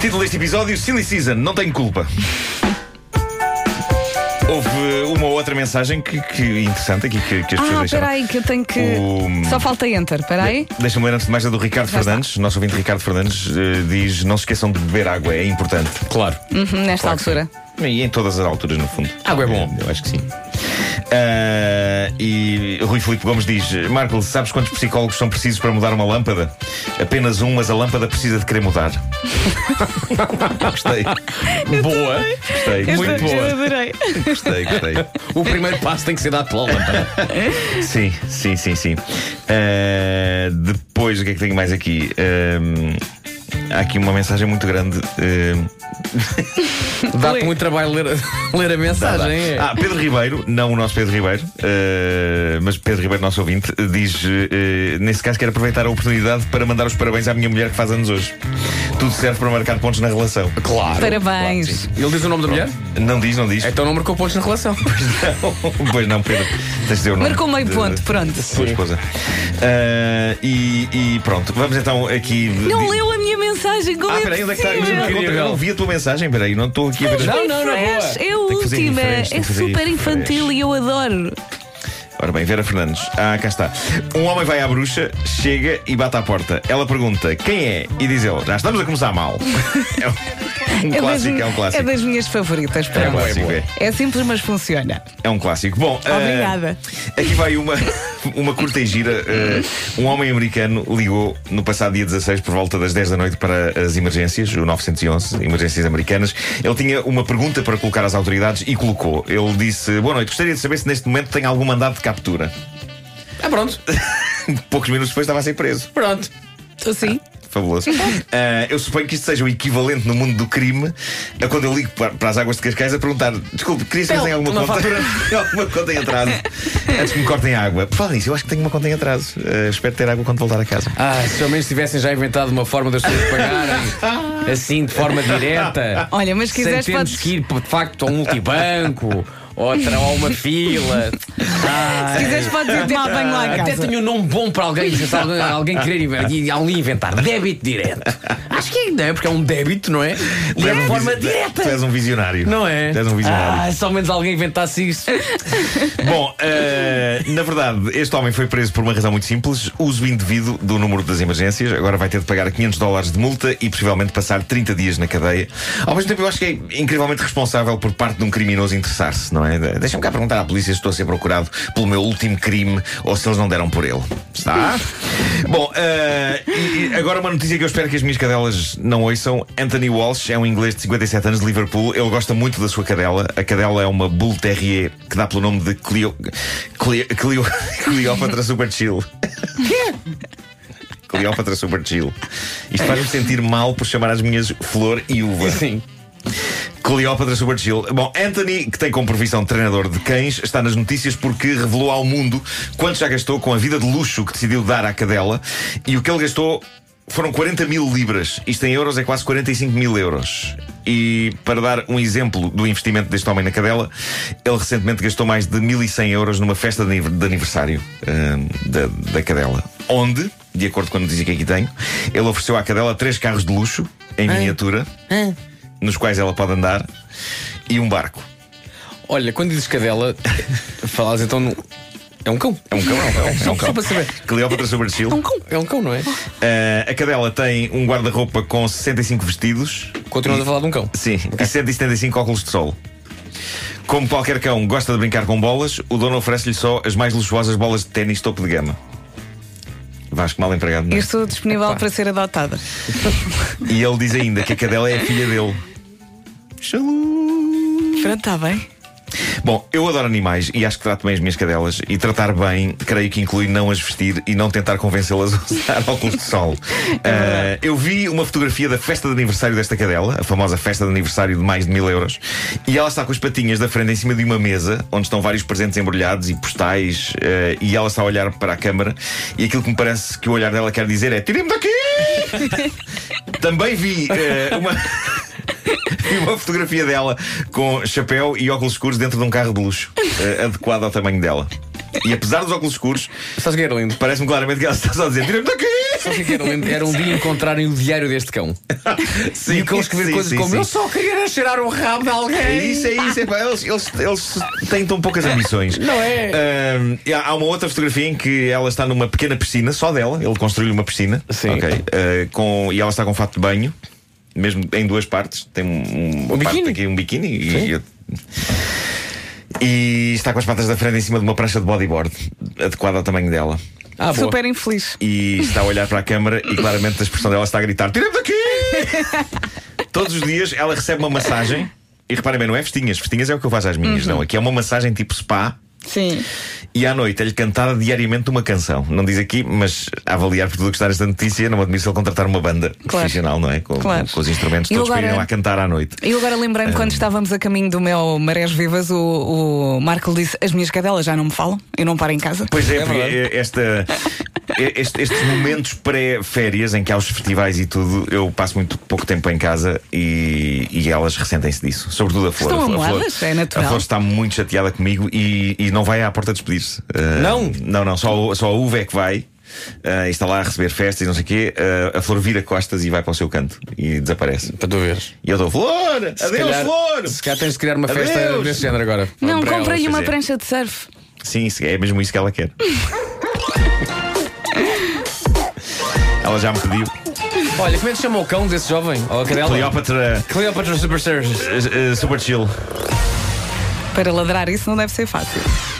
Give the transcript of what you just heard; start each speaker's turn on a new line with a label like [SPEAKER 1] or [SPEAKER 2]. [SPEAKER 1] Título deste episódio: Silly Season, não tenho culpa. Houve uma outra mensagem que, que interessante aqui que, que as pessoas
[SPEAKER 2] Ah,
[SPEAKER 1] deixaram.
[SPEAKER 2] espera aí, que eu tenho que.
[SPEAKER 1] O-
[SPEAKER 2] Só falta enter, espera aí.
[SPEAKER 1] Deixa-me ler antes de mais a do Ricardo
[SPEAKER 2] Já está.
[SPEAKER 1] Fernandes. Nosso ouvinte Ricardo Fernandes eh, diz: Não se esqueçam de beber água, é importante.
[SPEAKER 3] Claro.
[SPEAKER 2] Uhum, nesta
[SPEAKER 1] Claro que
[SPEAKER 2] altura.
[SPEAKER 1] sim. E em todas as alturas, no fundo.
[SPEAKER 3] Água é bom.
[SPEAKER 1] Eu acho que sim. Ah, e Rui Filipe Gomes diz: Marco, sabes quantos psicólogos são precisos para mudar uma lâmpada? Apenas um, mas a lâmpada precisa de querer mudar. gostei,
[SPEAKER 3] Boa.
[SPEAKER 1] gostei,
[SPEAKER 3] Muito
[SPEAKER 2] Eu
[SPEAKER 3] boa.
[SPEAKER 2] adorei.
[SPEAKER 1] gostei, gostei.
[SPEAKER 3] O primeiro passo tem que ser dado pela lâmpada.
[SPEAKER 1] Sim, sim, sim, sim. Ah, depois, o que é que tenho mais aqui? Ah, há aqui uma mensagem muito grande. ah,
[SPEAKER 3] Dá-te muito trabalho ler, ler a mensagem.
[SPEAKER 1] Ah, Pedro Ribeiro, não o nosso Pedro Ribeiro, eh, mas Pedro Ribeiro, nosso ouvinte, eh, diz: eh, nesse caso, quero aproveitar a oportunidade para mandar os parabéns à minha mulher que faz anos hoje. Tudo serve para marcar pontos na relação.
[SPEAKER 3] Ah, Claro.
[SPEAKER 2] Parabéns.
[SPEAKER 1] sim.
[SPEAKER 3] Ele diz o nome da mulher?
[SPEAKER 1] Não diz, não diz.
[SPEAKER 3] Então não marcou pontos na relação.
[SPEAKER 1] Não. pois não, Pedro. Tens de dizer o nome
[SPEAKER 2] Marcou meio
[SPEAKER 1] de-
[SPEAKER 2] ponto, pronto.
[SPEAKER 1] da Sua esposa. Eh, e, e pronto, vamos então aqui.
[SPEAKER 2] Não
[SPEAKER 1] di-
[SPEAKER 2] leu a minha mensagem, como
[SPEAKER 1] Ah,
[SPEAKER 2] é
[SPEAKER 1] peraí, onde é que está? Mas eu, não
[SPEAKER 2] possível?
[SPEAKER 1] encontro- eu não vi a tua mensagem, peraí, não estou aqui a ver.
[SPEAKER 3] Não, não, não,
[SPEAKER 2] Refresh,
[SPEAKER 3] boa.
[SPEAKER 2] é a
[SPEAKER 1] Tem que fazer
[SPEAKER 2] última.
[SPEAKER 1] refresh, tem
[SPEAKER 2] É
[SPEAKER 1] que fazer
[SPEAKER 2] super
[SPEAKER 1] refresh.
[SPEAKER 2] infantil e eu adoro.
[SPEAKER 1] Ora bem, Vera Fernandes. Ah, cá está. Um homem vai à bruxa, chega e bate à porta. Ela pergunta quem é e diz ele: Já estamos a começar mal. É um, um
[SPEAKER 2] É das
[SPEAKER 1] clássico,
[SPEAKER 2] mi-
[SPEAKER 1] é um clássico.
[SPEAKER 2] É das minhas favoritas,
[SPEAKER 1] É um
[SPEAKER 2] pronto.
[SPEAKER 1] clássico, é.
[SPEAKER 2] É simples, mas funciona.
[SPEAKER 1] É um clássico. Bom, ah,
[SPEAKER 2] Obrigada.
[SPEAKER 1] aqui vai uma, uma curta e gira. Ah, um homem americano ligou no passado dia 16, por volta das 10 da noite, para as emergências, o 911, emergências americanas. Ele tinha uma pergunta para colocar às autoridades e colocou. Ele disse: Boa noite, gostaria de saber se neste momento tem algum mandado de captura.
[SPEAKER 3] Ah, pronto.
[SPEAKER 1] Poucos minutos depois estava a ser preso.
[SPEAKER 3] Pronto.
[SPEAKER 2] Estou sim?
[SPEAKER 1] Fabuloso. Ah, eu suponho que isto seja o equivalente no mundo do crime a quando eu ligo para, para as águas de Cascais a perguntar: desculpe, queria saber se tem
[SPEAKER 3] Não,
[SPEAKER 1] alguma
[SPEAKER 3] uma
[SPEAKER 1] conta, alguma conta em atraso antes que me cortem a água. Por falar nisso, eu acho que tenho uma conta em atraso. Ah, espero ter água quando voltar a casa.
[SPEAKER 3] Ah, se ao menos tivessem já inventado uma forma das pessoas pagarem assim de forma direta.
[SPEAKER 2] Olha, mas se
[SPEAKER 3] sem
[SPEAKER 2] quiseres,
[SPEAKER 3] termos
[SPEAKER 2] podes-
[SPEAKER 3] que ir de facto a um multibanco, outra ou a uma fila. Ah,
[SPEAKER 2] Se quiseres, podes ir tomar banho lá em
[SPEAKER 3] Até
[SPEAKER 2] casa.
[SPEAKER 3] tenho um nome bom para alguém, se alguém, alguém querer inventar, e alguém inventar. Débito direto. Acho que ainda é, porque é um débito, não é?
[SPEAKER 1] Tu
[SPEAKER 3] De
[SPEAKER 1] és um
[SPEAKER 3] forma
[SPEAKER 1] visi- Tu
[SPEAKER 3] direta.
[SPEAKER 1] és um visionário.
[SPEAKER 3] Não é?
[SPEAKER 1] Tu és um visionário.
[SPEAKER 3] Ah, se ao menos alguém inventasse isso.
[SPEAKER 1] Bom, eh, na verdade, este homem foi preso por uma razão muito simples: uso indevido do número das emergências. Agora vai ter de pagar 500 dólares de multa e possivelmente passar 30 dias na cadeia. Ao mesmo tempo, eu acho que é incrivelmente responsável por parte de um criminoso interessar-se, não é? De- Deixa-me cá perguntar à polícia se estou a ser procurado pelo meu último crime ou se eles não deram por ele. Está? Bom, eh, e- e agora uma notícia que eu espero que as minhas cadelas não ouçam. Anthony Walsh é um inglês de 57 anos de Liverpool. Ele gosta muito da sua cadela. A cadela é uma Bull Terrier que dá pelo nome de Cleo... Cleo... Cleo... Cleópatra Super Chill. Cleópatra Super Chill. Isto faz-me sentir mal por chamar as minhas flor e uva.
[SPEAKER 3] Sim.
[SPEAKER 1] Cleópatra Super Chill. Bom, Anthony, que tem como profissão de treinador de cães, está nas notícias porque revelou ao mundo quanto já gastou com a vida de luxo que decidiu dar à cadela e o que ele gastou foram 40 mil libras. Isto em euros é quase 45 mil euros. E para dar um exemplo do investimento deste homem na cadela, ele recentemente gastou mais de 1.100 euros numa festa de aniv- de aniversário hum, da, da cadela. Onde, de acordo com a notícia que aqui tenho, ele ofereceu à cadela três carros de luxo em miniatura nos quais ela pode andar e um barco.
[SPEAKER 3] Olha, quando dizes cadela, falas então. num- É um cão.
[SPEAKER 1] É um cão, é um cão. É um
[SPEAKER 3] Só
[SPEAKER 1] cão.
[SPEAKER 3] para saber.
[SPEAKER 1] Cleópatra sobre Chile. Eh,
[SPEAKER 3] É um cão. É um cão, não é?
[SPEAKER 1] a cadela tem um guarda-roupa com 65 vestidos.
[SPEAKER 3] Continuas a falar de um cão.
[SPEAKER 1] Sim, e 175 óculos de sol. Como qualquer cão gosta de brincar com bolas, o dono oferece-lhe só as mais luxuosas bolas de ténis topo de gama. Vasco mal empregado, não
[SPEAKER 2] Eu
[SPEAKER 1] é?
[SPEAKER 2] estou disponível para ser adotada.
[SPEAKER 1] E ele diz ainda que a cadela é a filha dele. Xalu!
[SPEAKER 2] Pronto, está bem.
[SPEAKER 1] Bom, eu adoro animais e acho que trato bem as minhas cadelas. E tratar bem, creio que inclui não as vestir e não tentar convencê-las a usar óculos de sol. Ah, eu vi uma fotografia da festa de aniversário desta cadela, a famosa festa de aniversário de mais de mil euros, e ela está com as patinhas da frente em cima de uma mesa, onde estão vários presentes embrulhados e postais, ah, e ela está a olhar para a câmara, e aquilo que me parece que o olhar dela quer dizer é: tirem-me daqui! Também vi eh, uma. vi uma fotografia dela com chapéu e óculos escuros dentro de um carro de luxo, eh, adequado ao tamanho dela. E apesar dos óculos escuros,
[SPEAKER 3] Sabes que era lindo?
[SPEAKER 1] parece-me claramente que ela está só a dizer: tira-me daqui!
[SPEAKER 3] Sabe o que é que era, lindo? era um dia encontrarem o diário deste cão.
[SPEAKER 1] é Sim,
[SPEAKER 3] e o cão escrever coisas como eu só queria era cheirar o rabo de alguém.
[SPEAKER 1] É isso, é isso. É, pá, eles, eles, eles têm tão poucas ambições.
[SPEAKER 3] Não é?
[SPEAKER 1] Ahm, e há- há uma outra fotografia em que ela está numa pequena piscina, só dela. Ele construiu uma piscina.
[SPEAKER 3] Sim.
[SPEAKER 1] Ok. Ah, com, e ela está com um fato de banho, mesmo em duas partes. Tem um, uma
[SPEAKER 3] Um
[SPEAKER 1] parte
[SPEAKER 3] biquíni.
[SPEAKER 1] aqui, um biquíni. E, e- e está com as patas da frente em cima de uma prancha de bodyboard, adequada ao tamanho dela.
[SPEAKER 3] Ah, boa.
[SPEAKER 2] Super infeliz.
[SPEAKER 1] E está a olhar para a câmara e claramente a expressão dela está a gritar: Tira-me daqui! Todos os dias ela recebe uma massagem. E reparem bem, não é festinhas. Festinhas é o que eu faço às
[SPEAKER 2] Uhum.
[SPEAKER 1] minhas, não. Aqui é uma massagem tipo spa.
[SPEAKER 2] Sim.
[SPEAKER 1] E à noite é-lhe cantada diariamente uma canção. Não diz aqui, mas a avaliar por tudo o que está nesta notícia, não me admiro se ele contratar uma banda profissional, não é? Com,
[SPEAKER 2] Claro.
[SPEAKER 1] com os instrumentos
[SPEAKER 2] E
[SPEAKER 1] todos para
[SPEAKER 2] agora-
[SPEAKER 1] irem lá cantar à noite.
[SPEAKER 2] Eu agora lembrei-me quando estávamos a caminho do meu Marés Vivas, o, o Marco disse: As minhas cadelas já não me falam, eu não paro em casa.
[SPEAKER 1] Pois é,
[SPEAKER 3] É
[SPEAKER 1] porque
[SPEAKER 3] verdade.
[SPEAKER 1] é, esta. é, este- estes momentos pré-férias em que há os festivais e tudo, eu passo muito pouco tempo em casa e, e elas ressentem-se disso. Sobretudo a Flor.
[SPEAKER 2] Estão
[SPEAKER 1] a Flor, a Flor-
[SPEAKER 2] amuadas, é natural.
[SPEAKER 1] A Flor está muito chateada comigo e, e não vai à porta despedir-se. Ah,
[SPEAKER 3] Não?
[SPEAKER 1] Não, não, só, só a Uva é que vai. ah, e está lá a receber festas e não sei o quê. ah, a Flor vira costas e vai para o seu canto e desaparece.
[SPEAKER 3] Para tu veres.
[SPEAKER 1] E eu dou Flor!
[SPEAKER 3] Se
[SPEAKER 1] adeus,
[SPEAKER 3] calhar-
[SPEAKER 1] Flor!
[SPEAKER 3] Se calhar tens de criar uma festa
[SPEAKER 1] Adeus!
[SPEAKER 3] desse género agora.
[SPEAKER 2] Não,
[SPEAKER 3] Para elas.
[SPEAKER 2] comprei-lhe
[SPEAKER 1] pois
[SPEAKER 2] uma
[SPEAKER 1] é.
[SPEAKER 2] prancha de surf.
[SPEAKER 1] Sim, isso- é mesmo isso que ela quer. ela já me pediu.
[SPEAKER 3] Olha, como é que se chama o cão desse jovem? Ou a cadela?
[SPEAKER 1] Cleópatra
[SPEAKER 3] Cleopatra Super Service.
[SPEAKER 1] eh, eh, Super Chill.
[SPEAKER 2] Para ladrar isso não deve ser fácil.